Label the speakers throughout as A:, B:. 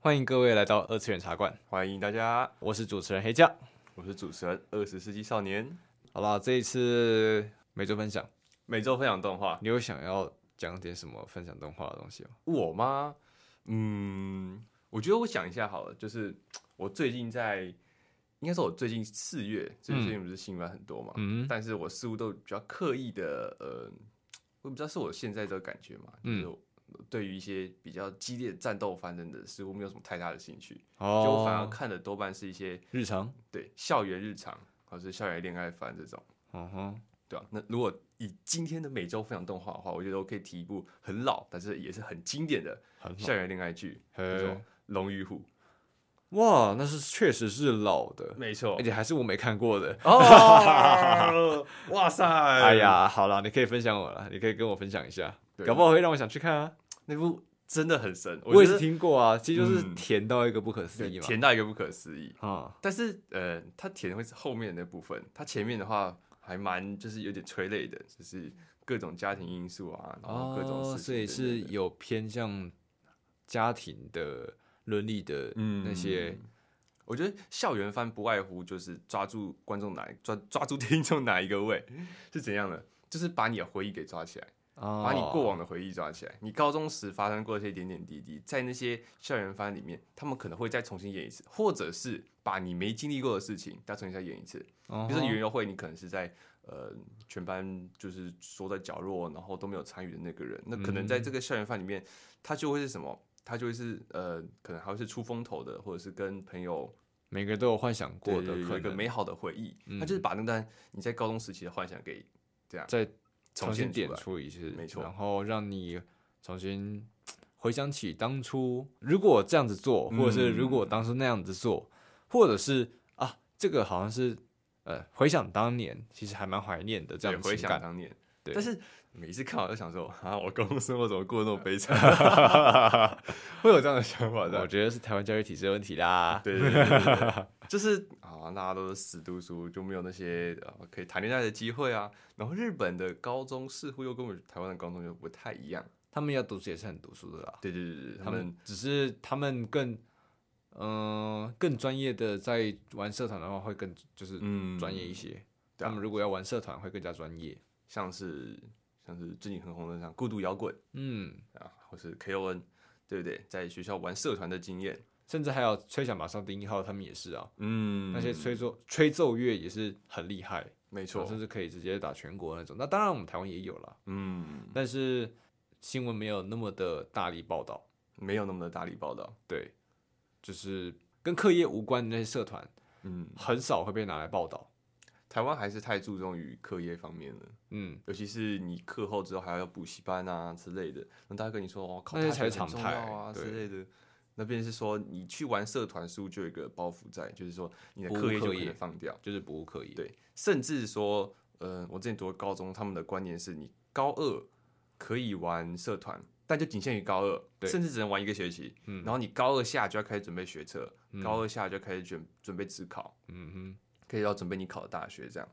A: 欢迎各位来到二次元茶馆，
B: 欢迎大家，
A: 我是主持人黑酱。
B: 我是主持人二十世纪少年。
A: 好啦，这一次每周分享，
B: 每周分享动画，
A: 你有想要讲点什么分享动画的东西吗？
B: 我吗？嗯，我觉得我想一下好了，就是我最近在，应该说我最近四月，就是最近不是新闻很多嘛，
A: 嗯
B: 但是我似乎都比较刻意的，呃，我也不知道是我现在这个感觉嘛，
A: 嗯
B: 就是我对于一些比较激烈的战斗番真的似乎没有什么太大的兴趣，就我反而
A: 哦，
B: 看的多半是一些
A: 日常，
B: 对校园日常或是校园恋爱番这种。
A: 嗯哼，
B: 对啊，那如果以今天的每周分享动画的话，我觉得我可以提一部很老，但是也是很经典的
A: 很呃好
B: 校。园恋爱剧，叫做
A: 嘿
B: 《龙与虎
A: 哇，那是确实是老的》。，
B: 没错
A: 而。且还是我没看过的。
B: 哦，哇塞！
A: 哎，呀，好啦，你可以分享我了，你可以跟我分享一下，
B: 对
A: 搞不好会让我想去看啊。
B: 那部真的很神，
A: 我也
B: 觉
A: 是
B: 得
A: 听过啊，其实就是
B: 嗯
A: 甜到一个不可思
B: 对
A: 议嘛。
B: 甜到一个不可思议。
A: 啊，
B: 但是呃，它甜会是后面的那部分，它前面的话还蛮就是有点催泪的，就是各种家庭因素啊，然后各种
A: 哦，
B: 事情
A: 所以
B: 等等
A: 是
B: 的
A: 有偏向家庭的伦理的
B: 嗯
A: 那些。
B: 我觉得校园番不外乎就是抓住观众哪抓抓住听众哪一个位是怎样的，就是把你的回忆给抓起来，
A: 啊，
B: 把你过往的回忆抓起来，你高中时发生过的一些点点滴滴，在那些校园番里面，他们可能会再重新演一次，或者是把你没经历过的事情再重新再演一次。
A: 往
B: 比如说园游会，你可能是在呃全班就是缩在角落，然后都没有参与的那个人，那可能
A: 嗯
B: 在这个校园饭里面，他就会是什么？他就会是呃，可能还会是出风头的，或者是跟朋友
A: 每个人都有幻想过
B: 过
A: 的
B: 的
A: 可
B: 有一个
A: 能，
B: 美好的回忆。
A: 嗯
B: 他就是把那段你在高中时期的幻想给
A: 再
B: 重
A: 重新
B: 现出
A: 点
B: 来。
A: 出一次，
B: 没错
A: 然后让你重新呃回想起当初，如果这样子做，或者是如果当初那样子做，
B: 嗯
A: 或者是啊，这个好像是呃，回想当年，其实还蛮怀念的这
B: 对，
A: 样
B: 回
A: 的情
B: 想
A: 感。
B: 当年。
A: 对
B: 但是每一次看完都想说啊，我高中生活怎么过得那么悲惨？会有这样的想法的
A: 我。觉得是台湾教育体制的问题啦。
B: 对对对对对 对，就是啊，大家都是死读书，就没有那些啊可以谈恋爱的机会啊。然后日本的高中似乎又跟我们台湾的高中又不太一样。
A: 他们要读书也是很读书的啦，
B: 对对对对，
A: 他
B: 他们
A: 们只是他们更嗯、呃更专业的在玩社团的话，会更就是
B: 嗯
A: 专业一，些。
B: 对
A: 他
B: 啊
A: 们如果要玩社团，会更加专业。
B: 像是像是最近很红的像孤独摇滚
A: 嗯，
B: 啊，或是 KON，对不对？在学校玩社团的经验，
A: 甚至还有吹响马上第一号，他们也是啊，
B: 嗯，
A: 那些吹奏吹奏乐也是很厉害，
B: 没
A: 然
B: 错
A: 后，甚至可以直接打全国那种。那当然我们台湾也有啦，
B: 嗯，
A: 但是新闻没有那么的大力报道。
B: 没有那么的大力报道，
A: 对，就是跟课业无关的那些社团，
B: 嗯，
A: 很少会被拿来报道。
B: 台湾还是太注重于课业方面了。
A: 嗯，
B: 尤其是你课后之后还要补习班啊之类的，那大家跟你说哦，考
A: 那
B: 大
A: 些才
B: 学
A: 是
B: 很
A: 常
B: 重要
A: 态
B: 啊之
A: 对
B: 类的。那便是说，你去玩社团似乎就有一个包袱在，就是说你的
A: 不务
B: 课业就
A: 课
B: 可
A: 业
B: 能放掉。
A: 就是不务课业。
B: 对，甚至说，呃，我之前读的高中，他们的观念是你高二可以玩社团，但就仅限于高二，
A: 对
B: 甚至只能玩一个学期。
A: 嗯
B: 然后你高二下就要开始准备学测，高二下就要开始准准备自考，
A: 嗯哼，
B: 可以要准备你考的大学这样。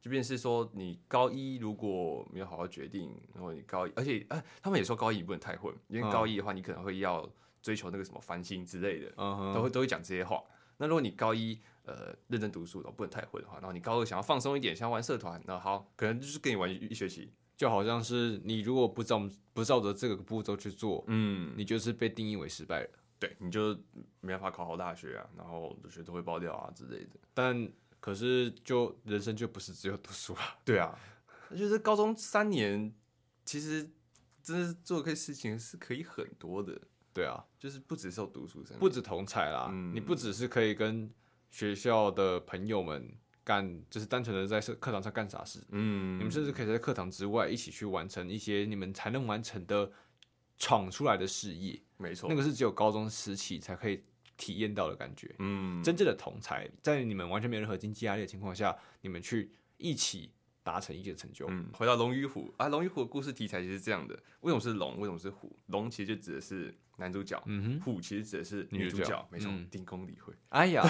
B: 即便是说你高一如果没有好好决定，然后你高一，而且呃，他们也说高一不能太混，因为
A: 嗯
B: 高一的话你可能会要追求那个什么繁星之类的，
A: 嗯哼，
B: 都会都会讲这些话。那如果你高一呃认真读书，然后不能太混的话，然后你高二想要放松一点，想要玩社团，那好，可能就是跟你玩一一学期，
A: 就好像是你如果不照不照着这个步骤去做，
B: 嗯，
A: 你就是被定义为失败了。
B: 对，你就没办法考好大学啊，然后学都会爆掉啊之类的。
A: 但可是就人生就不是只有读书啊，
B: 对啊，就是高中三年，其实真的做可以事情是可以很多的，
A: 对啊，
B: 就是不只是有读书生，
A: 不止同才啦，
B: 嗯
A: 你不只是可以跟学校的朋友们干，就是单纯的在社课堂上干傻事，
B: 嗯
A: 你们甚至可以在课堂之外一起去完成一些你们才能完成的闯出来的事业，
B: 没错，
A: 那个是只有高中时期才可以体验到的感觉。
B: 嗯，
A: 真正的同才，在你们完全没有任何经济压力的情况下，你们去一起达成一些成就。
B: 嗯，回到龙与虎啊，龙与虎的故事题材其实是这样的，为什么是龙，为什么是虎？龙其实就指的是男主角，
A: 嗯哼，
B: 虎其实指的是
A: 女
B: 女
A: 主
B: 主
A: 角
B: 角，没错
A: 嗯，
B: 丁公理会，
A: 哎呀，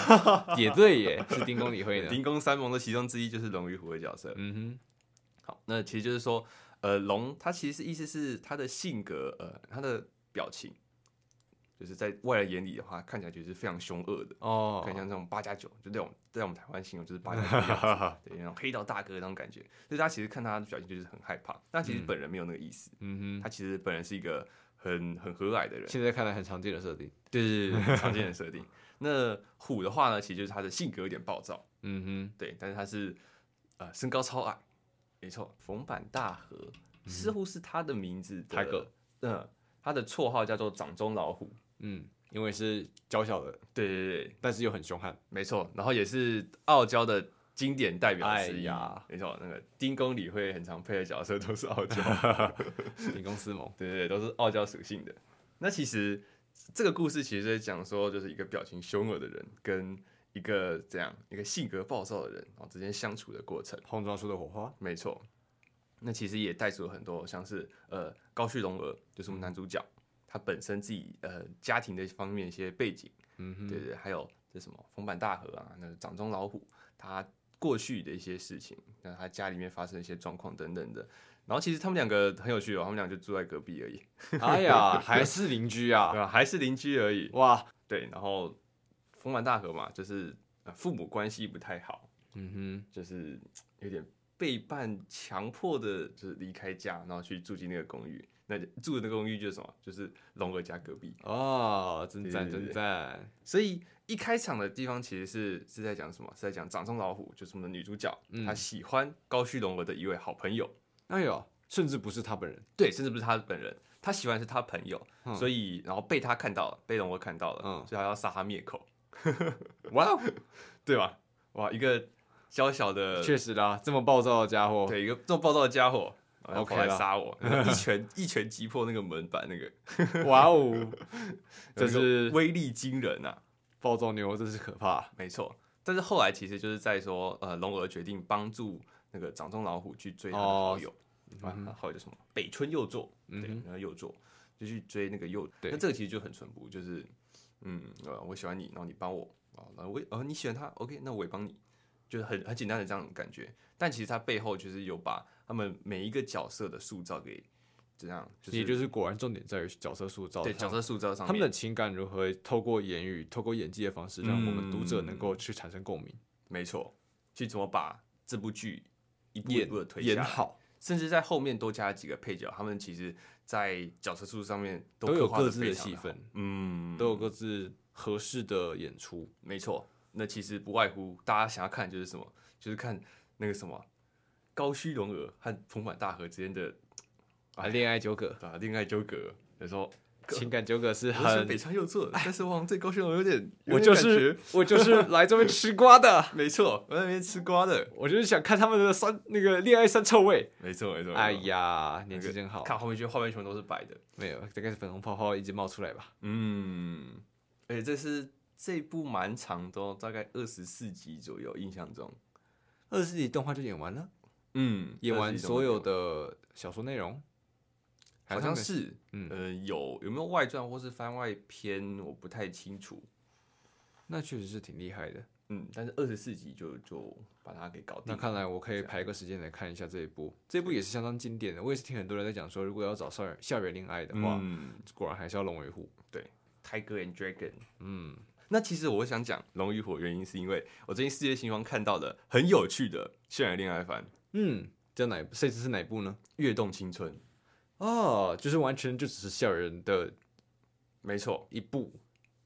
A: 也对耶，是丁公理 会呢。
B: 丁公三盟的其中之一就是龙与虎的角色。
A: 嗯
B: 好，那其实就是说，呃，龙它其实意思是他的性格，呃，他的表情，就是在外人眼里的话，看起来就是非常凶恶的，
A: 哦
B: 可能像这种八加九，就那种在我们台湾形容就是八加九的样子， 对，那种黑道大哥那种感觉。所以大家其实看他的表情就是很害怕，但其实本人没有那个意思，
A: 嗯哼，
B: 他其实本人是一个很很和蔼的人，
A: 现在看来很常见的设定，
B: 对对对对， 常见的设定。那虎的话呢，其实就是他的性格有点暴躁，
A: 嗯
B: 对，但是他是呃身高超矮，没错，冯板大河似乎是他的名字的
A: 嗯 Tiger
B: 嗯，他的绰号叫做掌中老虎，
A: 哼，嗯，因为是娇小的，
B: 对对对，
A: 但是又很凶 悍，
B: 没错，然后也是傲娇的经典代表之
A: 哎
B: 一，
A: 呀
B: 没错，那个丁公理会很常配的角色都是傲娇，
A: 秉公司盟，
B: 对对对，都是傲娇属性的。那其实这个故事其实在讲说，就是一个表情凶恶的人跟一个这样一个性格暴躁的人，然后之间相处的过程。
A: 碰撞出的火花，
B: 没错，那其实也带出了很多，像是呃高旭龙儿，就是
A: 嗯
B: 我们男主角，他本身自己呃家庭的方面一些背景，
A: 嗯哼，
B: 对对，还有这什么风板大河啊，那个掌中老虎，他过去的一些事情，那他家里面发生一些状况等等的。然后其实他们两个很有趣哦，他们俩就住在隔壁而已，
A: 哎 呀，还是邻居
B: 对
A: 啊，
B: 吧？还是邻居而已。
A: 哇，
B: 对，然后风满大河嘛，就是呃父母关系不太好，
A: 嗯
B: 就是有点被半强迫的，就是离开家，然后去住进那个公寓。那住的那个公寓就是什么？就是龙儿家隔壁。
A: 哼，哦，真赞
B: 对对对
A: 真赞，
B: 所以一开场的地方其实是是在讲什么？是在讲掌中老虎，就是我们的女主角，
A: 嗯
B: 她喜欢高须龙儿的一位好朋友，
A: 哎呦，甚至不是他本人，
B: 对，甚至不是她本人，她喜欢的是她朋友，
A: 嗯
B: 所以然后被她看到了，被龙儿看到了，
A: 嗯
B: 所以她要杀他灭口，
A: 哇哦，
B: 对吧？哇，一个小小 的
A: 确实啦，这么暴躁的家伙，
B: 对，一个这么暴躁的家伙。然后
A: OK
B: 跑来
A: 啦
B: 杀我， 然后一拳一拳击破那个门板，那个
A: 哇哦，这
B: 有一
A: 是
B: 个威力惊人啊！
A: 暴躁牛，真是可怕，
B: 没错，但是后来其实就是在说，呃，龙儿决定帮助那个掌中老虎去追他的好友，啊，他好友叫什么？北村佑作，对，
A: 哦嗯
B: 然后佑作就去追那个佑，
A: 对
B: 那这个其实就很淳朴，就是，嗯，呃，我喜欢你，然后你帮我，啊，然后我也呃你喜欢他，OK，那我也帮你，就是很很简单的这样的感觉。但其实他背后就是有把他们每一个角色的塑造给这样，就是
A: 也就是果然重点在于角色塑造，
B: 对角色塑造上
A: 他
B: 面，
A: 们的情感如何透过言语、透过演技的方式，让我们读者
B: 嗯
A: 能够去产生共鸣，
B: 没错，去怎么把这部剧一步一
A: 演
B: 步的推下
A: 演
B: 来
A: 好，
B: 甚至在后面多加几个配角，他们其实，在角色数上面都
A: 都有
B: 刻画得
A: 各自的
B: 非常
A: 戏
B: 好。
A: 份，
B: 嗯，
A: 都有各自合适的演出。
B: 没错。那其实不外乎大家想要看就是什么，就是看那个什么高须荣儿和丰满大河之间的
A: 啊，恋爱纠 葛、
B: 啊恋爱纠葛。有时候
A: 情感纠葛是
B: 我喜欢
A: 很
B: 北，川佑 作，但是我好像对高须荣儿有点，有
A: 我
B: 点
A: 就
B: 感
A: 是
B: 觉
A: 我 就是来这边吃瓜的，
B: 没错，我在那边吃瓜的，
A: 我就是想看他们的酸那个恋爱酸臭味。
B: 没错没错。没错
A: 哎，呀，
B: 那
A: 年
B: 个
A: 纪真好，
B: 看后面圈，后面全部都是白的。
A: 没有，大概是粉红泡泡一直冒出来吧。
B: 嗯，而且这是这部蛮长的、哦，大概二十四集左右，印象中。
A: 二十集动画就演完了，
B: 嗯，
A: 演完
B: 24集
A: 所有
B: 都
A: 的小说内容，
B: 没有，好像是，
A: 嗯
B: 呃，有有没有外传或是番外篇，我不太清楚。
A: 那确实是挺厉害的。
B: 嗯，但是二十四集就就把它给搞定
A: 那
B: 了。
A: 看来我可以排个时间来看一下这一部，这一部也是相当经典的。我也是听很多人在讲说，如果要找校园校园恋爱的话，
B: 嗯
A: 果然还是要龙尾虎。
B: ，Tiger and Dragon。
A: 嗯，
B: 那其实我想讲《龙与火》原因是因为我最近世界新方看到的很有趣的校园恋爱番《
A: 嗯，叫哪一部？这次是哪一部呢？
B: 跃动青春》。
A: 哦，就是完全就只是校园的
B: 没错，
A: 一部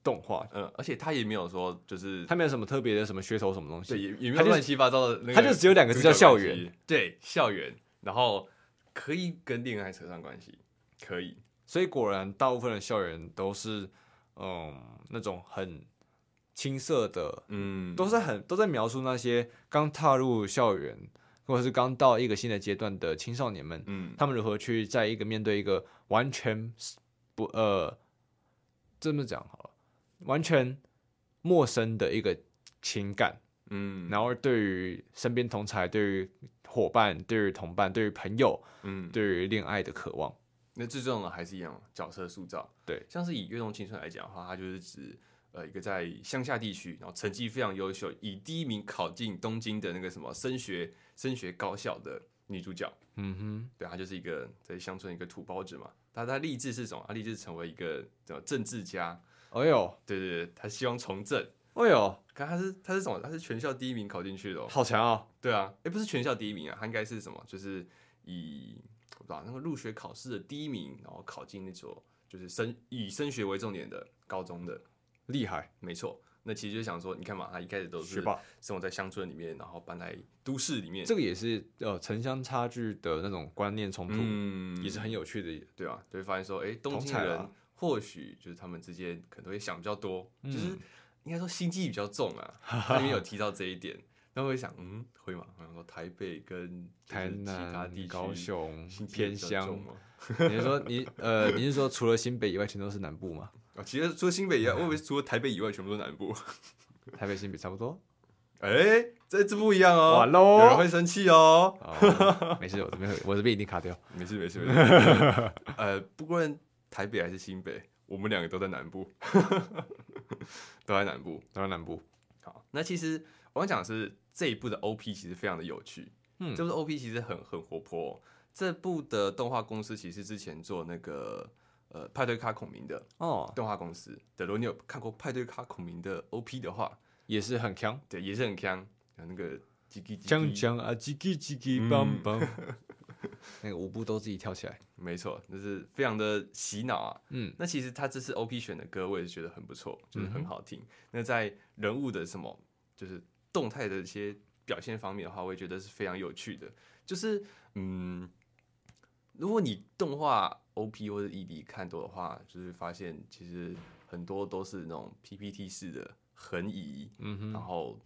A: 动画，
B: 嗯，而且他也没有说就是
A: 它没有什么特别的什么噱头什么东
B: 对，
A: 西。
B: 也也没
A: 它
B: 有
A: 就
B: 乱七八糟的那个，
A: 它就只有两个字叫校园，
B: 对，校园，然后可以跟恋爱扯上关系，可以，
A: 所以果然，大部分的校园都是嗯那种很青涩的，
B: 嗯，
A: 都是很都在描述那些刚踏入校园或者是刚到一个新的阶段的青少年们，
B: 嗯，
A: 他们如何去在一个面对一个完全不呃，这么讲好了，完全陌生的一个情感，
B: 嗯，
A: 然后对于身边同才、对于伙伴、对于同伴、对于朋友、
B: 嗯，
A: 对于恋爱的渴望，
B: 那最重要的还是一样，角色塑造，
A: 对，
B: 像是以《跃动青春》来讲的话，它就是指呃一个在乡下地区，然后成绩非常优秀，以第一名考进东京的那个什么升学升学高校的女主角，
A: 嗯哼，
B: 对，她就是一个在乡村一个土包子嘛。但她立志是什么？她立志成为一个什么政治家？
A: 哎呦，
B: 对对对，她希望从政。
A: 哎呦，
B: 可她是她是什么？她是全校第一名考进去的、哦。
A: 好强哦！
B: 对啊，哎、不是全校第一名啊，她应该是什么？就是以我不知道那个入学考试的第一名，然后考进那所就是升以升学为重点的高中的。
A: 厉害，
B: 没错，那其实就想说，你看嘛，她一开始都
A: 学
B: 是
A: 霸，
B: 生活在乡村里面，然后搬来都市里面，
A: 这个也是呃城乡差距的那种观念冲突，
B: 嗯
A: 也是很有趣的。
B: 对啊，就会发现说，哎、东
A: 同
B: 京
A: 才啊
B: 人
A: 啦
B: 或许就是他们之间可能会想比较多，
A: 嗯
B: 就是应该说心机比较重 啊。他里面有提到这一点，那我会想，嗯，会吗？好像说台北跟就
A: 台
B: 是其他
A: 南、
B: 地区
A: 高雄
B: 心、机比
A: 偏
B: 较
A: 乡，
B: 重啊吗
A: 你是说你呃，你是说除了新北以外，全都是南部吗？
B: 啊，其实除了新北 以外，我以为除了台北以外全部都南部。
A: 台北、新北差不多。
B: 哎、这这不一样哦，
A: 完喽
B: 有人会生 气哦。
A: 哦，没事，我这 边会我这边一定卡掉。
B: 没事没事没事， 呃，不管台北还是新北，我们两个都在南部， 都在南部。
A: 当然南部，
B: 好，那其实我想讲的是这一部的 OP 其实非常的有趣，
A: 嗯
B: 这部的 OP 其实很很活泼哦、这部的动画公司其实之前做那个呃派对咖孔明的
A: 哦，
B: 动画公司的，如果你有看过派对咖孔明的 OP 的话，
A: 也是很强，
B: 对，也是很强，有那个叽叽叽
A: 强
B: 叽，
A: 强啊，叽叽叽叽，棒棒。
B: 嗯
A: 那个舞步都自己跳起来，
B: 没错，就是非常的洗脑啊。
A: 嗯，
B: 那其实他这次 OP 选的歌，我也是觉得很不错，就是很好听。那在人物的什么，就是动态的一些表现方面的话，我也觉得是非常有趣的。就是嗯，如果你动画 OP 或者 ED 看多的话，就是发现其实很多都是那种 PPT 式的横移，
A: 嗯哼
B: 然后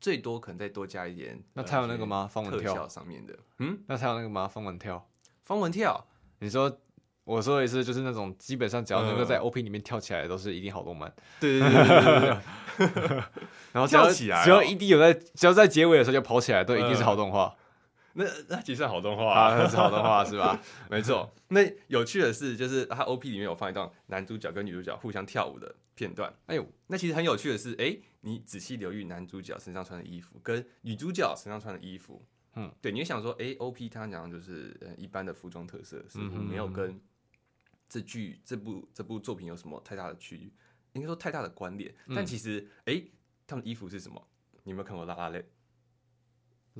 B: 最多可能再多加一点。
A: 那
B: 呃
A: 他有那个？吗？方
B: 一些
A: 文
B: 特效
A: 跳，
B: 上面的，嗯，
A: 那他有那个吗？方文跳，
B: 方文跳，
A: 你说。我说的是，就是那种基本上只要能够
B: 嗯
A: 在 OP 里面跳起来的，都是一定好动漫。
B: 对对对对对对，
A: 然后只
B: 跳
A: 要
B: 起来
A: 只要
B: 哦
A: ED 有在，只要在结尾的时候就跑起来，都一定是
B: 嗯
A: 好动画
B: 那那其实算好动画
A: 啊，那是好动画是吧？
B: 没错，那有趣的是，就是它 OP 里面有放一段男主角跟女主角互相跳舞的片段。
A: 哎呦，
B: 那其实很有趣的是，哎、你仔细留意男主角身上穿的衣服跟女主角身上穿的衣服，
A: 嗯，
B: 对，你会想说，哎、o p 它讲的就是呃一般的服装特色，似乎
A: 嗯
B: 没有跟这剧这部这部作品有什么太大的区，应该说太大的关联。
A: 嗯
B: 但其实，哎、他们的衣服是什么？你有没有看过《拉拉链》？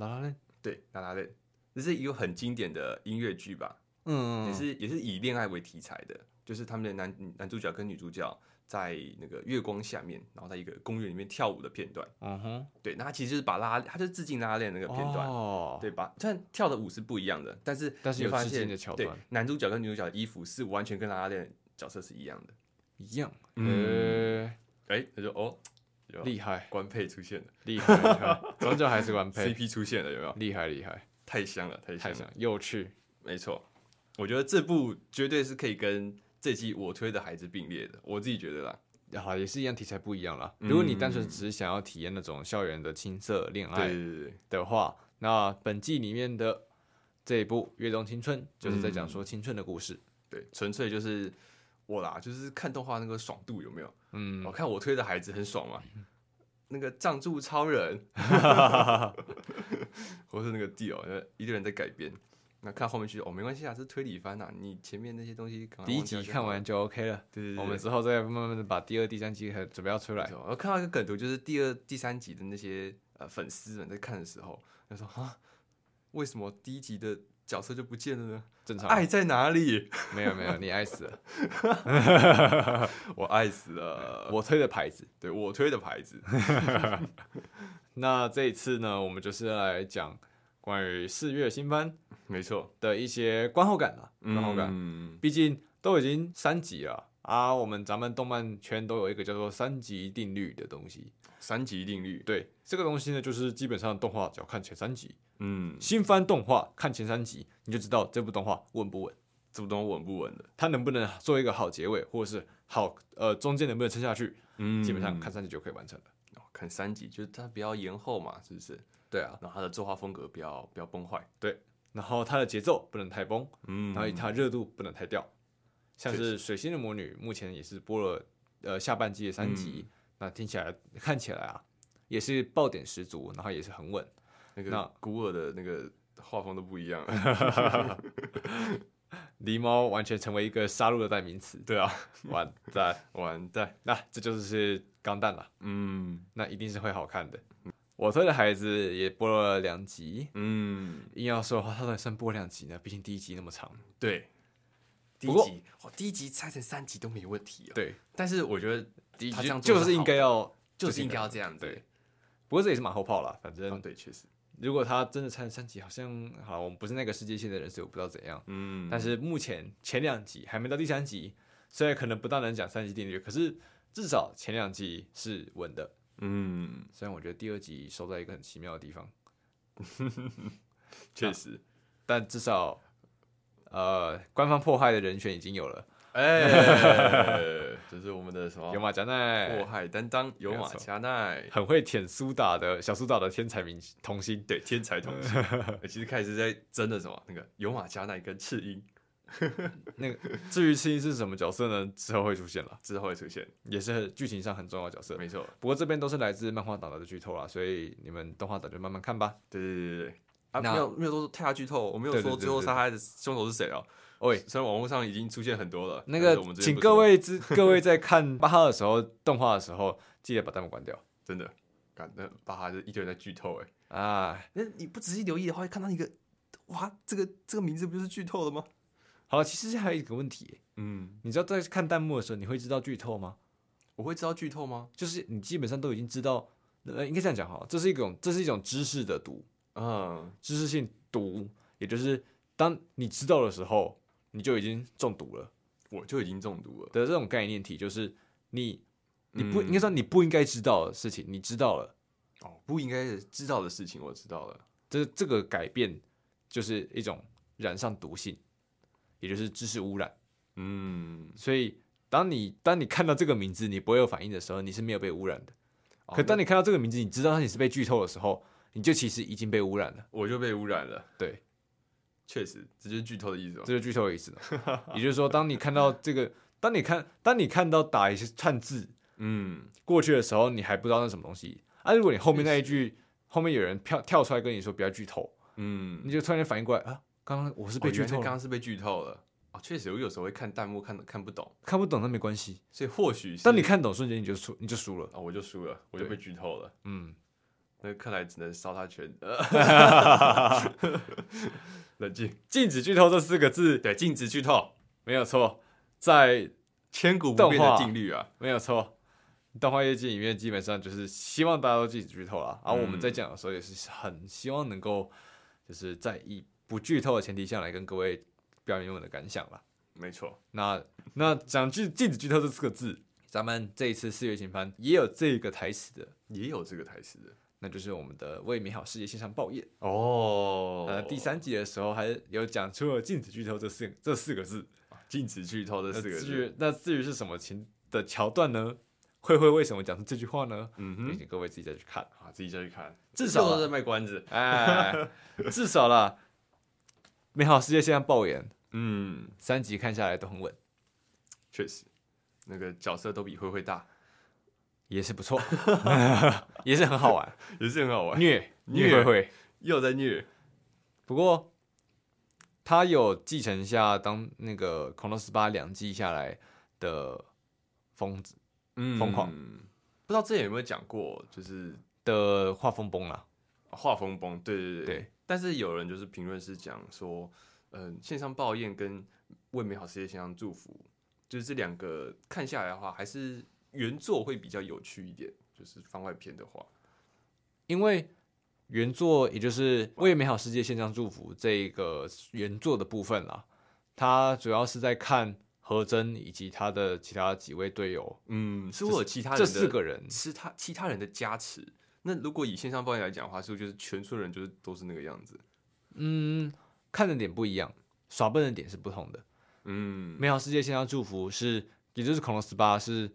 A: 啦啦嘞，
B: 对，《拉拉链》这是一个很经典的音乐剧吧？
A: 嗯，
B: 也是也是以恋爱为题材的，就是他们的男男主角跟女主角在那个月光下面，然后在一个公园里面跳舞的片段。
A: 嗯哼，
B: 对，那他其实就是把拉，他就是致敬拉拉链那个片段。
A: 哦，
B: 对吧？虽然跳的舞是不一样的，但是
A: 但是
B: 你
A: 有
B: 会发
A: 致敬
B: 现
A: 的桥
B: 对
A: 段，
B: 男主角跟女主角的衣服是完全跟拉拉链角色是一样的。
A: 一样，
B: 嗯
A: 呃，
B: 哎，那就哦，有
A: 厉害，
B: 官配出现了
A: 厉害，厉害， 终究还是完配，
B: ，CP 出现了，有没有？
A: 厉害，厉害，
B: 太香了，太香
A: 太
B: 了
A: 强，，有趣，
B: 没错。我觉得这部绝对是可以跟这季我推的孩子并列的，我自己觉得啦。
A: 好，也是一样题材不一样啦。
B: 嗯
A: 如果你单纯只是想要体验那种校园的青涩恋
B: 对
A: 爱
B: 对对对，
A: 的话，那本季里面的这一部《月中青春》就是在讲说
B: 嗯
A: 青春的故事。
B: 对，纯粹就是我啦，就是看动画那个爽度有没有？
A: 嗯
B: 我、，看我推的孩子很爽嘛，那个藏柱超人， 或是那个 D 哦，一堆人在改编。那看后面去哦，没关系啊，这是推理番啊，你前面那些东西赶快
A: 第一
B: 啊忘掉
A: 集
B: 就
A: 看
B: 好了，
A: 完就 OK 了，
B: 对对对，
A: 我们之后再慢慢的把第二、第三集还准备要出来。
B: 我看到一个梗图，就是第二、第三集的那些呃粉丝们在看的时候，他说啊，为什么第一集的角色就不见了呢？
A: 正常，
B: 爱在哪里？
A: 没有没有，你爱死了，
B: 我爱死了，
A: 我推的牌子。
B: 对我推的牌子，
A: 那这一次呢，我们就是来讲关于四月新番
B: 没错，
A: 的一些观后感啦，啊观后感，
B: 嗯
A: 毕竟都已经三级了啊。我们咱们动漫圈都有一个叫做三级定律的东西，
B: 三级定律，
A: 对这个东西呢，就是基本上动画只要看前三集，
B: 嗯，
A: 新番动画看前三集，你就知道这部动画稳不稳，
B: 这不懂稳不稳的，
A: 它能不能做一个好结尾，或者是好呃中间能不能撑下去，
B: 嗯
A: 基本上看三集就可以完成了。
B: 哦看三集，就是它不要延后嘛，是不是？
A: 对啊，
B: 然后它的作画风格不要不要崩坏，
A: 然后它的节奏不能太崩，
B: 嗯
A: 然后它热度不能太掉。像
B: 确
A: 是《水星的魔女》目前也是播了呃下半季的三集，那听起来看起来啊也是爆点十足，然后也是很稳。
B: 那
A: 那
B: 个古尔的那个画风都不一样了。
A: 狸猫完全成为一个杀戮的代名词，
B: 对啊，
A: 完蛋，
B: 完蛋，
A: 那、这就是钢弹了，
B: 嗯
A: 那一定是会好看的。我推的孩子也播了两集，
B: 嗯，
A: 硬要说的话，它能算播两集呢？毕竟第一集那么长。
B: 对。第
A: 不
B: 一
A: 过
B: 集，哦，第一集拆成三集都没问题啊。，
A: 对，
B: 但是我觉得
A: 第一
B: 他
A: 集就
B: 这样做
A: 就是是应该要，
B: 就是应该要
A: 这
B: 这样
A: 样
B: 子。
A: 对，不过这也是马后炮了，反
B: 哦
A: 正
B: 对，确实，
A: 如果他真的拆成三集，好像好，我们不是那个世界线的人，所以我不知道怎样。
B: 嗯
A: 但是目前前两集还没到第三集，虽然可能不大能讲三级定律，可是至少前两集是稳的。
B: 嗯，
A: 虽然我觉得第二集收在一个很奇妙的地方，
B: 确 实，
A: 但至少呃，官方迫害的人选已经有了，
B: 哎，这是我们的什么
A: 有马加
B: 祸
A: 奈，
B: 害担当哎有
A: 没有
B: 马
A: 错
B: 加奈，
A: 很会舔苏打的小苏打的天才明童星。
B: 对，天才同 学，欸其实开始在争的什么那个有马加奈跟赤音
A: 那个至于青是什么角色呢？之后会出现了，
B: 之后会出现，
A: 也是剧情上很重要的角色。
B: 没错，
A: 不过这边都是来自漫画党的剧透啦，所以你们动画党就慢慢看吧。
B: 对对对对对。啊，
A: 那
B: 没有没有说太大剧透，我没有
A: 对对
B: 说
A: 对
B: 最后
A: 对
B: 杀害的凶手是谁哦。
A: 喂，
B: 虽然网络上已经出现很多了，
A: 那
B: 但
A: 个
B: 是我们，这边
A: 请
B: 不
A: 各
B: 说
A: 位知 各位在看巴哈的时候，动画的时候，记得把弹幕关掉
B: 真的，感那巴哈就一堆人在剧透哎。
A: 啊！
B: 那你不仔细留意的话，会看到一个，哇，这个这个名字不就是剧透了吗？
A: 好了，其实还有一个问题，
B: 嗯，
A: 你知道在看弹幕的时候，你会知道剧透吗？
B: 我会知道剧透吗？
A: 就是你基本上都已经知道，呃，应该这样讲哈，这是一种这是一种知识的读，
B: 嗯，
A: 知识性读，也就是当你知道的时候，你就已经中毒了
B: 我就已经中毒了。
A: 的这种概念体，就是你你不、
B: 嗯
A: 应该说你不应该知道的事情，你知道了，
B: 哦，不应该知道的事情我知道了。
A: 这这个改变就是一种染上毒性，也就是知识污染。
B: 嗯，
A: 所以当你当你看到这个名字，你不会有反应的时候，你是没有被污染的。
B: 哦
A: 可当你看到这个名字，你知道你是被剧透的时候，你就其实已经被污染了。
B: 我就被污染了。
A: 对，
B: 确实，这就是剧透的意思嘛
A: 这。就是剧透的意思了。也就是说，当你看到这个，当你看当你看到打一些串字
B: 嗯，
A: 过去的时候，你还不知道那是什么东西啊。如果你后面那一句后面有人跳跳出来跟你说不要剧透，
B: 嗯，
A: 你就突然间反应过来啊，刚刚我是
B: 是
A: 被剧透
B: 刚
A: 了，
B: 哦刚是被剧透了。哦，确实，我有时候会看弹幕看看不懂，
A: 看不懂那没关系。
B: 所以或许是
A: 当你看懂瞬间，你就输，你就输了。
B: 哦，我就输了，我就
A: 对
B: 被剧透了。
A: 嗯，
B: 那看来只能烧他 全。 冷静，
A: 禁止剧透这四个字
B: 对，禁止剧透，
A: 没有错，在
B: 千古不变
A: 动
B: 的
A: 画
B: 定律啊。
A: 没有错，动画业界里面基本上就是希望大家都禁止剧透啦。而、啊
B: 嗯
A: 我们在讲的时候也是很希望能够，就是在以不剧透的前提下来跟各位表演们的感想啦。
B: 没错，
A: 那那讲句禁止剧透这四个字，咱们这一次四月新番也有这个台词的，
B: 也有这个台词的。
A: 那就是我们的为美好世界献上报业。
B: 哦
A: 呃，第三集的时候还有讲出了禁止剧透这四这四个字。
B: 禁止剧透这
A: 那
B: 四个
A: 至
B: 字。
A: 于那至于是什么情的桥段呢？慧慧为什么讲出这句话呢？
B: 嗯
A: 也
B: 哼，
A: 请各位自己再去看。
B: 啊，自己再去看，
A: 至少啊
B: 都在卖关子。
A: 哎，至少啦，美好世界现在爆眼，
B: 嗯，
A: 三集看下来都很稳，
B: 确实，那个角色都比灰灰大，
A: 也是不错，也是很好玩，
B: 也是很好玩，
A: 虐
B: 虐
A: 虐会会。
B: 又在虐。
A: 不过他有继承下当那个《恐龙十八》两季下来的风子
B: 嗯
A: 疯狂
B: 不知道之前有没有讲过，就是
A: 的画风崩啦，
B: 画风崩，对对对。
A: 对
B: 但是有人就是评论是讲说，嗯、线上抱怨跟为美好世界献上祝福，就是这两个看下来的话，还是原作会比较有趣一点。就是番外篇的话，
A: 因为。原作也就是为美好世界献上祝福这个原作的部分啦，它主要是在看和真以及他的其他几位队友
B: 嗯，是我有其他人
A: 这
B: 的
A: 四个人
B: 是他其他人的加持。那如果以线上抱怨来讲的话，是不是就是全村人就是都是那个样子？
A: 嗯，看的点不一样，耍笨的点是不同的。
B: 嗯，
A: 美好世界线上祝福是，也就是恐龙十八是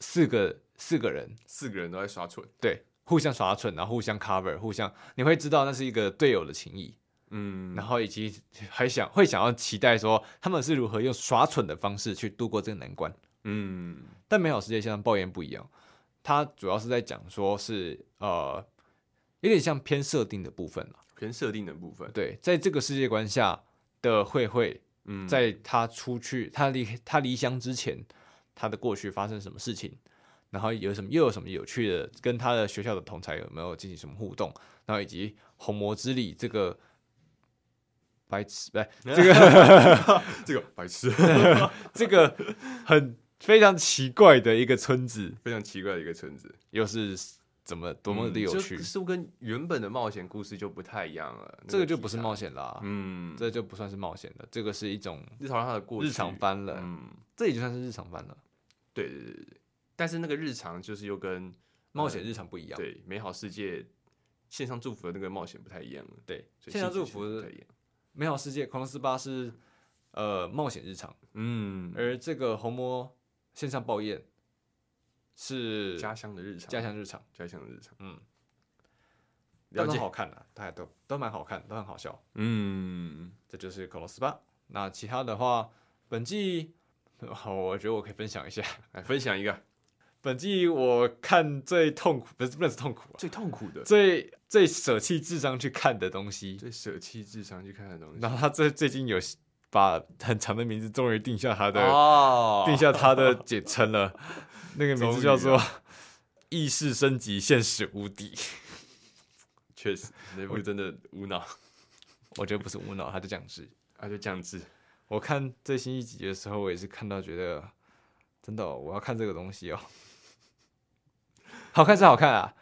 A: 四个四个人
B: 四个人都在刷蠢。
A: 对互相耍蠢，然后互相 cover，互相你会知道那是一个队友的情谊，
B: 嗯，
A: 然后以及还想会想要期待说他们是如何用耍蠢的方式去度过这个难关。
B: 嗯
A: 但美好世界线上抱怨不一样，它主要是在讲说是呃有点像偏设定的部分了。
B: 偏设定的部分，
A: 对，在这个世界观下的慧慧，
B: 嗯，
A: 在她出去，她离她离乡之前，她的过去发生什么事情，然后有什么又有什么有趣的，跟她的学校的同才有没有进行什么互动，然后以及红魔之力这个白痴，不是这个
B: 这个白痴
A: 这个很非常奇怪的一个村子，
B: 非常奇怪的一个村子，
A: 又是怎么多么的有
B: 嗯就
A: 趣，
B: 似乎跟原本的冒险故事就不太一样了。那
A: 这个就不
B: 题
A: 是
B: 材，
A: 冒险啦，
B: 嗯，
A: 这就不算是冒险了，这个是一种
B: 日常它的过去
A: 日常，番了，
B: 嗯，
A: 这也就算是日常番了。
B: 对对对对对，但是那个日常就是又跟
A: 冒险日常不一样，
B: 对美好世界线上祝福的那个冒险不太一样了，
A: 对，
B: 所以
A: 线上
B: 性
A: 祝
B: 质
A: 福
B: 其实不
A: 《
B: 太一样，
A: 美好世界》《狂龙四八》是呃冒险日常，
B: 嗯，
A: 而这个红魔线上报宴是
B: 家乡的日常，
A: 家乡日常，
B: 家乡的日常，
A: 嗯，
B: 了
A: 但都
B: 解，
A: 好看的，大家都都蛮好看，都很好笑。
B: 嗯，
A: 这就是恐龙斯巴。那其他的话，本季好，我觉得我可以分享一下。
B: 来分享一个
A: 本季我看最痛苦，不是不是痛苦、啊，
B: 最痛苦的、
A: 最最舍弃智商去看的东西。
B: 最舍弃智商去看的东西
A: 然后他最最近有把很长的名字终于定下他的、
B: 哦
A: 定下他的简称了，那个名字叫
B: 终于
A: 做“意识升级，现实无敌
B: 确实那部真的无 脑，”。
A: 我觉得不是无啊脑，他就这样子。
B: 他就降智，
A: 我看最新一集的时候，我也是看到觉得，真的哦、我要看这个东西哦，好看是好看啊，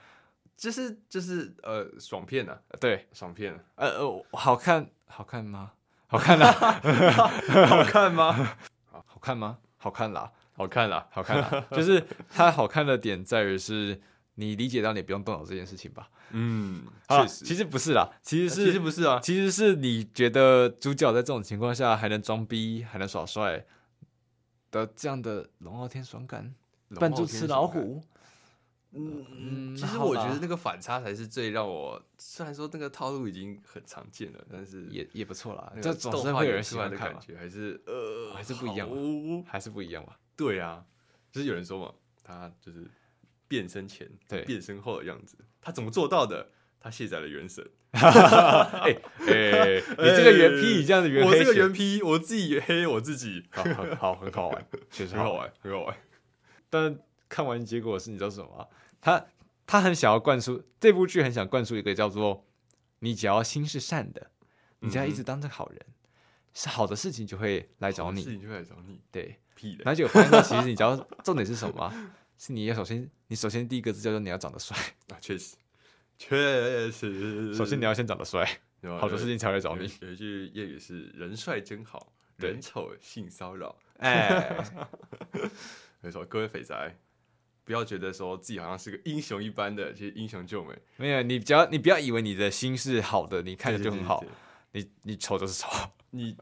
B: 就是就是呃爽片啊，
A: 对，
B: 爽片、啊，
A: 呃呃，好看，好看吗？好看啦，
B: 好看吗？
A: 好看吗？好看啦，
B: 好看啦，
A: 好看 啦，就是它好看的点在于是你理解到你不用动脑这件事情吧？
B: 嗯，
A: 啊
B: 确实，
A: 其实不是啦，其实
B: 其
A: 是
B: 实不是啊，
A: 其实是你觉得主角在这种情况下还能装逼，还能耍帅的这样的龙傲天爽感，扮猪吃老虎。
B: 嗯，
A: 嗯
B: 啊其实
A: 好
B: 我觉
A: 吧
B: 得那个反差才是最让我，虽然说那个套路已经很常见了，但是
A: 也也不错啦
B: 那，
A: 这
B: 个
A: 总
B: 动
A: 是
B: 画
A: 会有
B: 演
A: 人
B: 出
A: 喜
B: 来
A: 欢
B: 的
A: 看
B: 感
A: 嘛，
B: 觉，还是呃
A: 还是不一样嘛
B: 好
A: 还是不一样吧？
B: 对啊，就是有人说嘛，他就是变身前、
A: 对
B: 变身后的样子，他怎么做到的？他卸载了原神，
A: 哎哎， 你这个原批，你这样的原
B: 我
A: 黑
B: 这个
A: 学
B: 原 P，我自己黑我自己，
A: 好好好，很好玩，确实
B: 很好
A: 玩。
B: 玩，很好玩。
A: 但看完结果是，你知道什么吗？他他很想要灌输这部剧，很想灌输一个叫做“你只要心是善的，你只要一直当个好人，是好的事情就会来找
B: 事
A: 你。
B: 情就来找你”，
A: 对，
B: 屁的
A: 然后结果发现到，其实你知道重点是什么吗？是你要首先，你首先第一个字叫做你要长得帅，
B: 啊，确实，确实。
A: 首先你要先长得帅，
B: 有啊
A: 好的
B: 有
A: 事情才会找
B: 有
A: 你。
B: 有一句谚语是“人帅真好，
A: 对
B: 人丑性骚扰
A: 哎，”。
B: 没错，各位肥宅，不要觉得说自己好像是个英雄一般的，其实英雄救美，
A: 没有，你只要你不要以为你的心是好的，你看着就很好
B: 对。对对对
A: 你你丑就是丑，
B: 你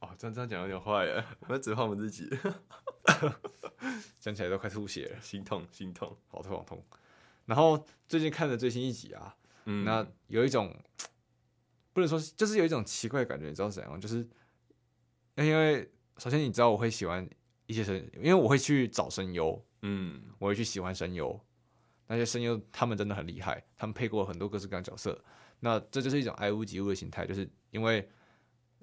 B: 哦，这样这样讲有点坏耶，我要指换我自己，
A: 讲起来都快吐血了，
B: 心痛心痛。
A: 好痛好痛。然后最近看的最新一集啊，
B: 嗯
A: 那有一种不能说是就是有一种奇怪的感觉，你知道是怎样吗？就是因为首先你知道我会喜欢一些声，因为我会去找声优，
B: 嗯
A: 我会去喜欢声优，那些声优他们真的很厉害，他们配过很多各式各样的角色。那这就是一种爱屋及乌的心态，就是因为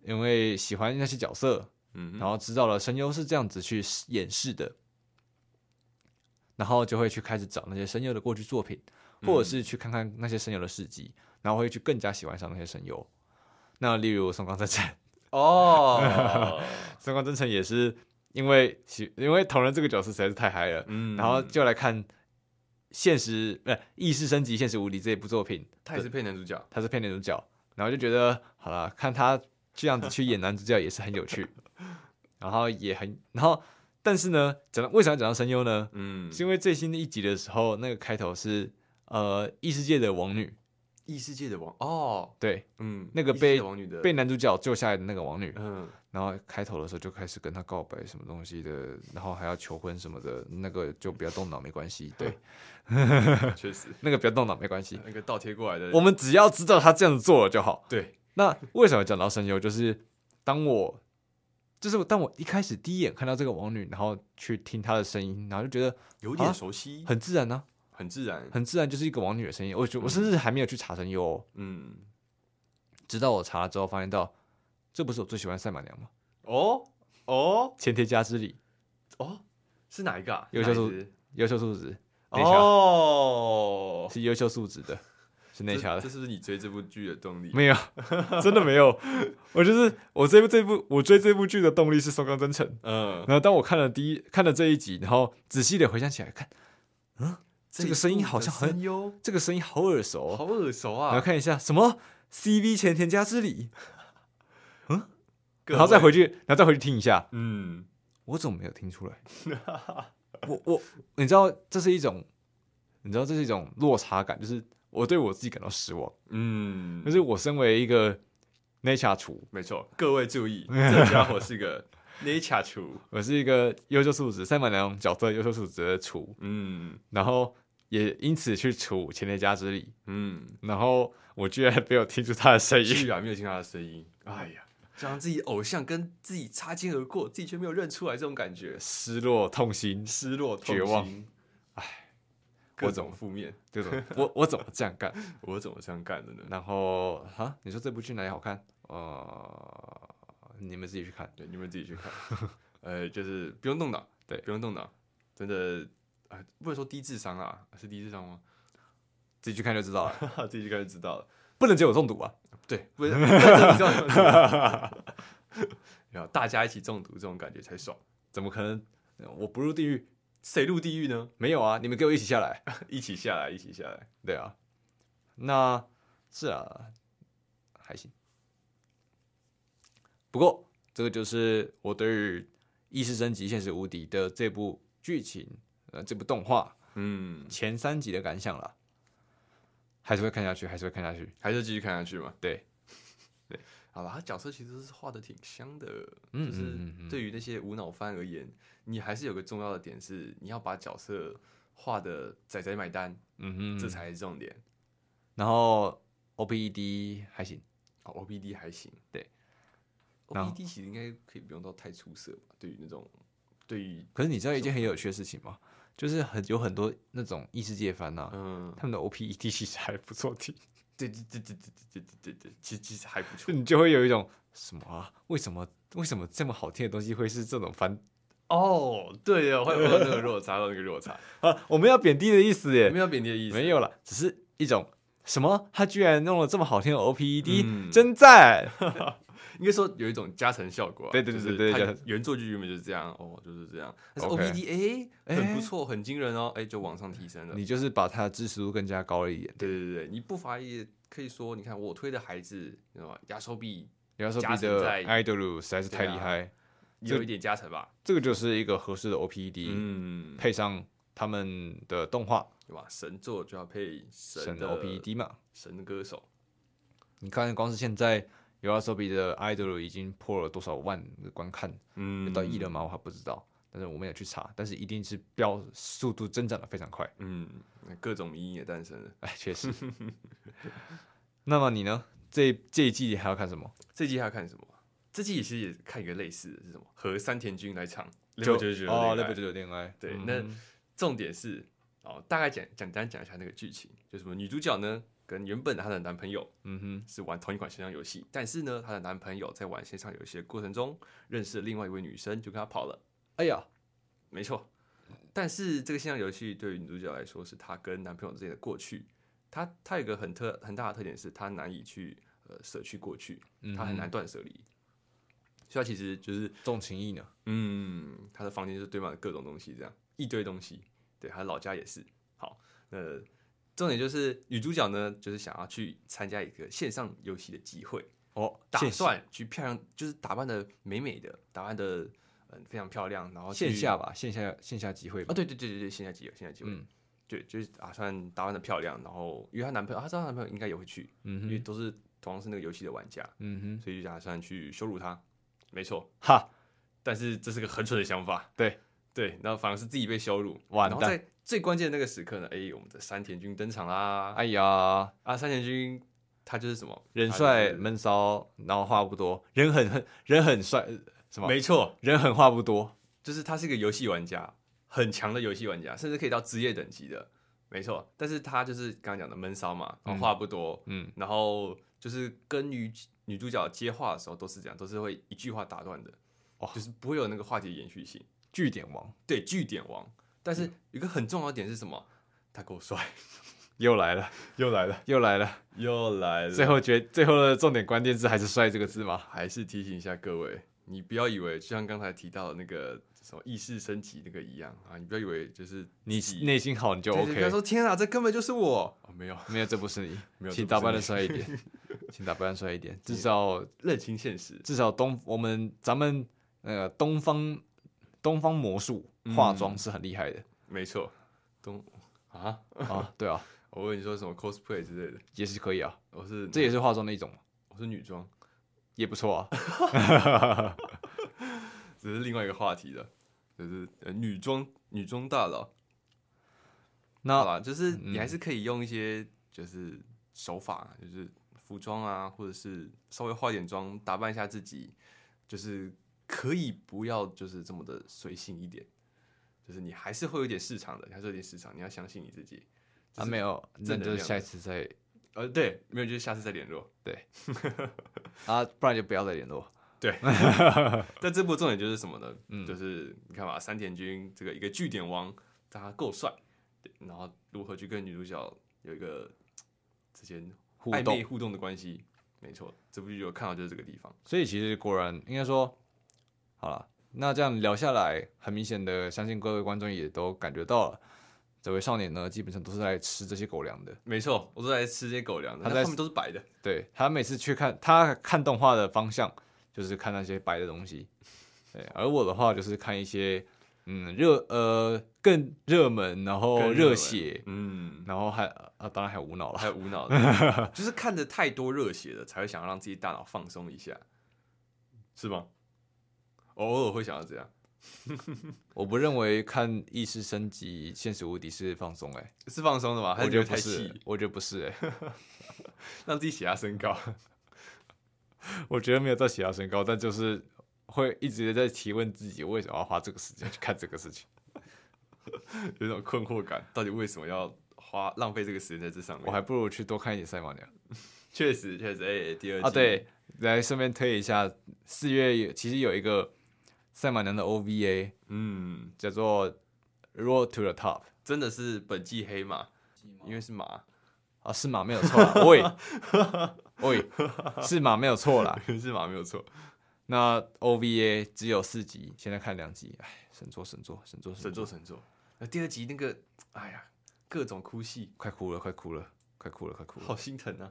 A: 因为喜欢那些角色，
B: 嗯
A: 然
B: 哼，
A: 后知道了声优是这样子去演示的，然后就会去开始找那些声优的过去作品，
B: 嗯
A: 或者是去看看那些声优的事迹，然后会去更加喜欢上那些声优。那例如松冈真诚，
B: 哦，
A: 松冈真诚也是因为喜因为同人这个角色实在是太嗨了，
B: 嗯
A: 然后就来看现实不是意识升级、现实无敌这一部作品，
B: 他也是配男主角，
A: 他是配男主角，然后就觉得好了，看他这样子去演男主角也是很有趣， 然后也很，然后但是呢，讲到为什么要讲到声优呢？
B: 嗯，
A: 是因为最新的一集的时候，那个开头是呃异世界的王女，
B: 异世界的王哦，
A: 对，
B: 嗯，
A: 那个
B: 异世界
A: 被
B: 的王女的
A: 被男主角救下来的那个王女，
B: 嗯
A: 然后开头的时候就开始跟他告白什么东西的，然后还要求婚什么的，那个就不要动脑没关系，对，
B: 确 实
A: 那个不要动脑没关系，
B: 那个倒贴过来的，
A: 我们只要知道他这样子做了就好。
B: 对
A: 那为什么讲到声优？就是当我，就是当我一开始第一眼看到这个王女，然后去听她的声音，然后就觉得
B: 有
A: 啊
B: 点熟悉，
A: 很自然呢、
B: 很自然，
A: 很自然就是一个王女的声音。我觉我甚至还没有去查声优、哦，
B: 嗯，
A: 直到我查了之后，发现到这不是我最喜欢的赛马娘吗？
B: 哦哦
A: 前田家之里，
B: 哦，是哪一个啊？
A: 优秀
B: 哪一
A: 组
B: 只
A: 优秀素质等一下
B: 哦，
A: 是优秀素质的，是内桥
B: 这
A: 的
B: 这。是不是你追这部剧的动力？
A: 没有，真的没有。我就是我这部这部我追这部剧的动力是松冈真诚。
B: 嗯，
A: 然后当我看了第一看了这一集，然后仔细的回想起来，看嗯这个
B: 一
A: 声音
B: 部
A: 好
B: 的
A: 像很
B: 声优，
A: 这个声音好耳熟、哦，
B: 好耳熟
A: 然后
B: 啊！
A: 看一下什么 CV 前田家之里，
B: 各
A: 然后再
B: 位
A: 回，去，然后再回去听一下，
B: 嗯，
A: 我怎么没有听出 来？我我你知道这是一种，你知道这是一种落差感，就是我对我自己感到失望，
B: 嗯，
A: 就是我身为一个 nature 厨，
B: 没错，各位注意， 这家伙是个 nature 厨，
A: 我是一个优秀素质三板娘角色优秀素质的厨，
B: 嗯
A: 然后也因此去除前田家之力，
B: 嗯，
A: 然后我居然没有听出他的声
B: 居
A: 音，
B: 然没有听到他的声音，哎呀，让自己偶像跟自己擦肩而过，自己却没有认出来，这种感觉，
A: 失落痛心，
B: 失落、痛
A: 绝望
B: 心，哎，
A: 我
B: 各
A: 怎
B: 种
A: 么
B: 负面，
A: 这种我我怎么这样干？
B: 我怎么这样干的呢？
A: 然后哈，你说这部剧哪里好看？呃，你们自己去看。
B: 对，你们自己去看。 呃，就是不用动脑，
A: 对
B: 不用动脑，真的啊、不能说低智商啊，是低智商吗？
A: 自己去看就知道了，
B: 自己就开始知道了。
A: 不能只有中毒啊！
B: 对，不是，不是这你知道 然后大家一起中毒，这种感觉才爽。
A: 怎么可能？我不入地狱？
B: 谁入地狱呢？
A: 没有啊！你们给我一起下来。
B: 一起下来，一起下来。
A: 对啊，那是啊，还行。不过这个就是我对于《意识升级：现实无敌》的这部剧情，呃，这部动画
B: 嗯，
A: 前三集的感想了。还是会看下去，还是会看下去。
B: 还是继续看下去嘛。
A: 对，
B: 好吧，他角色其实是画的挺香的，
A: 嗯嗯嗯
B: 就是
A: 嗯
B: 对于那些无脑番而言，你还是有个重要的点是，你要把角色画的仔仔买单，
A: 嗯哼，
B: 这才是重点。
A: 然后 OPED 还行，
B: 哦，OPD 还行，哦
A: 对。然后
B: OPD 其实应该可以不用到太出色吧？对于那种，对于
A: 可是你知道一件很有趣的事情吗？就是很有很多那种异世界番呐、啊
B: 嗯，
A: 他们的 OPED 其实还不错听，
B: 对对对对对对对对对，其实其实还不
A: 就
B: 错。
A: 你就会有一种什么啊？为什么为什么这么好听的东西会是这种番
B: 哦，对哦，会有那个落差，会有那个落差，
A: 啊？我们要贬低的意思耶？
B: 没有贬低的意思，
A: 没有啦，只是一种什么？他居然弄了这么好听的 OPED，、
B: 嗯
A: 真赞！
B: 应该说有一种加成效果啊。
A: 对对对
B: 就是
A: 对对
B: 它
A: 加成
B: 原作剧原本就是这样，哦，就是这样。但是
A: OK
B: OPD 哎，
A: 哎
B: 很不错，很惊人哦，哎，就往上提升了。
A: 你就是把他的支持度更加高了一点。
B: 对对对对，你不乏也可以说，你看我推的孩子，什么压手臂
A: 你要说
B: 加
A: 比
B: 成
A: 的
B: 在啊
A: idol 实在是太厉害，
B: 也有一点加成吧，
A: 这个就是一个合适的 OPED，、
B: 嗯，
A: 配上他们的动画，
B: 对吧？神作就要配神
A: 神
B: 的
A: OPED 嘛。
B: 神的歌手，
A: 你看，光是现在 u s o b 的 idol 已经破了多少万的观看，
B: 嗯
A: 有到亿了？吗？我还不知道，但是我们也去查，但是一定是飙速度增长的非常快。
B: 嗯，各种迷因也诞生了。
A: 哎，确 实。那么你呢？这这一季还要看什么？
B: 这季还要看什么？这季其实也看一个类似的是什么？和山田君来唱九九
A: 哦，
B: 六
A: 六九九恋爱。
B: 对
A: 嗯
B: 那重点是哦，大概讲简单讲一下那个剧情，就是什么女主角呢跟原本她的男朋友
A: 嗯哼，
B: 是玩同一款线上游戏，但是呢，她的男朋友在玩线上游戏的过程中认识了另外一位女生，就跟她跑了。
A: 哎呀，
B: 没错，但是这个线上游戏对于女主角来说，是她跟男朋友之间的过去。她她有一个很特很大的特点是，她难以去呃舍去过去，
A: 嗯
B: 她很
A: 哼
B: 难断舍离。所以她其实就是
A: 重情义呢。
B: 嗯，她的房间就是堆满了各种东西，这样一堆东西。对，她的老家也是。好，那重点就是女主角呢，就是想要去参加一个线上游戏的集会，
A: 哦，
B: 打
A: 线
B: 算去漂亮，就是打扮的美美的，打扮的嗯非常漂亮，然后去
A: 线下吧，线下线下集会
B: 啊，
A: 吧。
B: 对对对对对，线下集会，线下集会，
A: 嗯
B: 对，就是打算打扮的漂亮，然后因为她男朋友，她知道她男朋友应该也会去，
A: 嗯
B: 因为
A: 哼，
B: 都是同样是那个游戏的玩家，
A: 嗯哼，
B: 所以就打算去羞辱她，没错，
A: 哈，
B: 但是这是个很蠢的想法，
A: 对
B: 对，然后反而是自己被羞辱，
A: 完
B: 然后
A: 蛋
B: 在最关键的那个时刻呢，哎，我们的山田君登场啦，
A: 哎呀，
B: 啊，山田君他就是什么
A: 人
B: 他
A: 帅
B: 就是
A: 闷骚，然后话不多，人很很人很帅，呃什么
B: 没错，
A: 人很话不多，
B: 就是他是一个游戏玩家，很强的游戏玩家，甚至可以到职业等级的，没错。但是他就是刚刚讲的闷骚嘛，然后话不多，
A: 嗯，
B: 然后就是跟女女主角接话的时候都是这样，都是会一句话打断的，
A: 哇
B: 就是不会有那个话题延续性。
A: 据点王
B: 对，据点王，
A: 嗯
B: 但是一个很重要的点是什么？他够帅，
A: 又来了，
B: 又来了，
A: 又来了。
B: 又来了。
A: 最后决最后的重点关键字还是“帅”这个字吗？
B: 还是提醒一下各位，你不要以为就像刚才提到的那个什么意识升级那个一样啊，你不要以为就是
A: 你
B: 自己
A: 内心好，你就
B: 对对不要
A: OK。
B: 说天啊，这根本就是我哦，没有，
A: 没有，这不是你
B: 没有，这
A: 请
B: 不
A: 打
B: 是
A: 扮
B: 你
A: 的帅一 点，请打扮得帅一点。至少
B: 认清现实。
A: 至少东我们咱们呃东方东方魔术化妆是很厉害的、
B: 没错，东啊，
A: 啊，对啊，
B: 我问你说什么 cosplay 之类的，
A: 也是可以啊，
B: 我是
A: 这也是化妆的一种嘛，
B: 我是女装，
A: 也不错啊。
B: 只是另外一个话题了，就是、呃、女装女装大佬，好
A: 那
B: 啦，就是你还是可以用一些就是手法，就是服装啊，或者是稍微化点妆，打扮一下自己，就是可以不要就是这么的随性一点，就是你还是会有点市场的，你还是有点市场，你要相信你自己。
A: 啊没有，那
B: 正能
A: 就
B: 量
A: 下一次再
B: 呃，对，没有，就是下次再联络。
A: 啊，不然就不要再联络。
B: 但这部重点就是什么呢？
A: 嗯
B: 就是你看嘛，山田君这个一个据点王，他够帅，对然后如何去跟女主角有一个之间
A: 互
B: 暧昧
A: 动，
B: 互动的关系。没错，这部剧有看到就是这个地方。
A: 所以其实果然应该说，好了，那这样聊下来，很明显的，相信各位观众也都感觉到了，这位少年呢，基本上都是在吃这些狗粮的。
B: 没错，我都在吃这些狗粮的，
A: 他
B: 他
A: 在
B: 后面都是 白的。
A: 对他每次去看他看动画的方向就是看那些白的东西，对，而我的话就是看一些嗯热呃更热门，然后
B: 更
A: 热
B: 门
A: 血，
B: 嗯，
A: 然后还啊当然还有无脑了
B: 还，有无 脑的，就是看的太多热血的，才会想要让自己大脑放松一下，是吗？偶尔会想要这样，
A: 我不认为看意识升级现实无敌是放松哎、
B: 是放松的吗？还
A: 我
B: 是
A: 觉
B: 觉
A: 得
B: 得
A: 不
B: 太
A: 是
B: 气，，
A: 我觉得不是哎、
B: 让自己血压升高？
A: 我觉得没有到血压升高，但就是会一直在提问自己为什么要花这个时间去看这个事情，
B: 有一种困惑感，到底为什么要花浪费这个时间在这上面？
A: 我还不如去多看一点赛马娘。
B: 确实确实，哎、第二季
A: 啊，对，来顺便推一下，四月有其实有一个赛马娘的 OVA
B: 嗯，
A: 叫做《Road to the Top》
B: 真的是本季黑马，因为是马，
A: 啊，是马没有错啦，喂喂，是马没有错啦。
B: 是马没有错，
A: 那 OVA 只有四集，现在看两集，哎，神作神作神作
B: 神作神作。那第二集那个，哎呀，各种哭戏，
A: 快哭了快哭了快哭了快哭了。
B: 好心疼啊！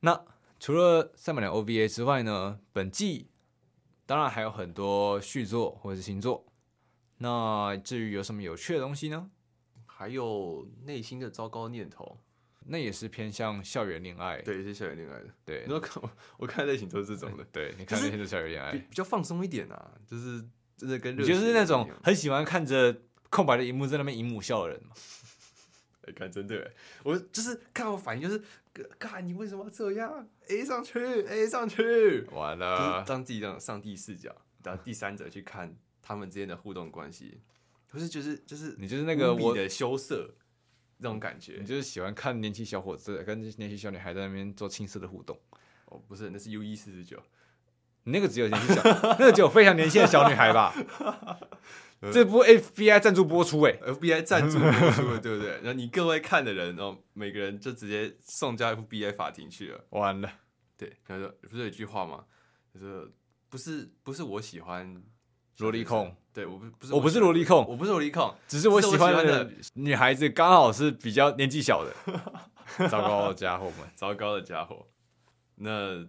A: 那除了赛马娘 OVA 之外呢，本季当然还有很多续作或者是新作。那至于有什么有趣的东西呢？
B: 还有内心的糟糕念头，
A: 那也是偏向校园恋爱，
B: 对，是校园恋爱的。
A: 对
B: 你说看我我看的类型都是这种的，
A: 对，你看
B: 就是
A: 那些都校园恋
B: 比
A: 爱，
B: 比较放松一点啊，哎就是真的跟热
A: 你
B: 血
A: 就是那种
B: 一样
A: 很喜欢看着空白的荧幕在那边姨母笑的人嘛。
B: 哎，看真的欸，我就是看我反应就是，哥干你为什么要这样？A 上去，A 上去，
A: 完
B: 就是
A: 了，
B: 当自己这种上帝视角，然后第三者去看他们之间的互动关系，不是就是就是
A: 你就是那个
B: 无比
A: 我，
B: 的羞涩那种感觉
A: 你。就是喜欢看年轻小伙子跟年轻小女孩在那边做青涩的互动。
B: 哦，不是，那是 U 一四十九，
A: 你那个只有年轻小， 那个只有非常年轻的小女孩 吧？这部 FBI 赞助播出、欸，
B: FBI 赞助播出 了，对不对？然后你各位看的人，然后每个人就直接送交 FBI 法庭去了。
A: 完了，
B: 对，然后说不是有一句话吗？就是不是不是我喜欢
A: 萝莉控，
B: 对我不不是
A: 我不是
B: 喜
A: 萝
B: 欢
A: 莉控，
B: 我不是萝莉控，
A: 只是我
B: 只
A: 喜
B: 是我
A: 欢
B: 喜欢
A: 的
B: 的
A: 女孩子刚好是比较年纪小 的。糟糕的家伙们，
B: 糟糕的家伙。那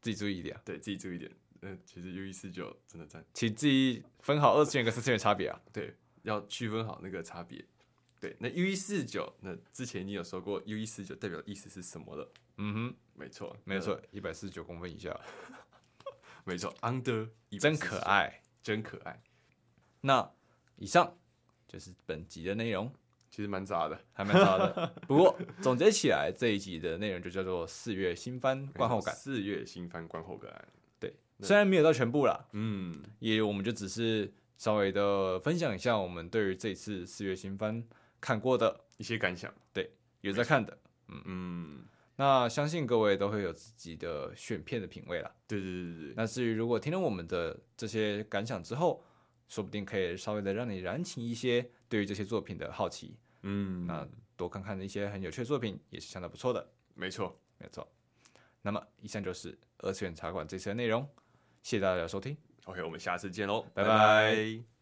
A: 自己注意一点啊，
B: 对自己注意点。嗯，其实 U 一四九真的赞，
A: 请自己分好二次元跟三次元的差别啊。
B: 对，要区分好那个差别。对，那 U 一四九，那之前你有说过 U 一四九代表的意思是什么了？
A: 嗯哼，
B: 没错，
A: 没错，一百四十九公分以下，
B: 那，没错，Under 149
A: 真可，爱。
B: 真可爱，
A: 那以上就是本集的内容，
B: 其实蛮渣的。
A: 还蛮差的。不过总结起来，这一集的内容就叫做四月新番 观后感。
B: 四月新番观后感，
A: 对，虽然没有到全部啦，
B: 嗯，
A: 也我们就只是稍微的分享一下我们对于这次四月新番看过的，
B: 一些感想，
A: 有在看的。
B: 嗯，
A: 那相信各位都会有自己的选片的品味啦。
B: 对对对对对，
A: 那至于如果听了我们的这些感想之后，说不定可以稍微的让你燃起一些对于这些作品的好奇，
B: 嗯，
A: 那多看看一些很有趣的作品也是相当不错的。
B: 没错，
A: 没错。那么以上就是二次元茶馆这次的内容，谢谢大家的收听。
B: OK，我们下次见喽，
A: 拜
B: 拜拜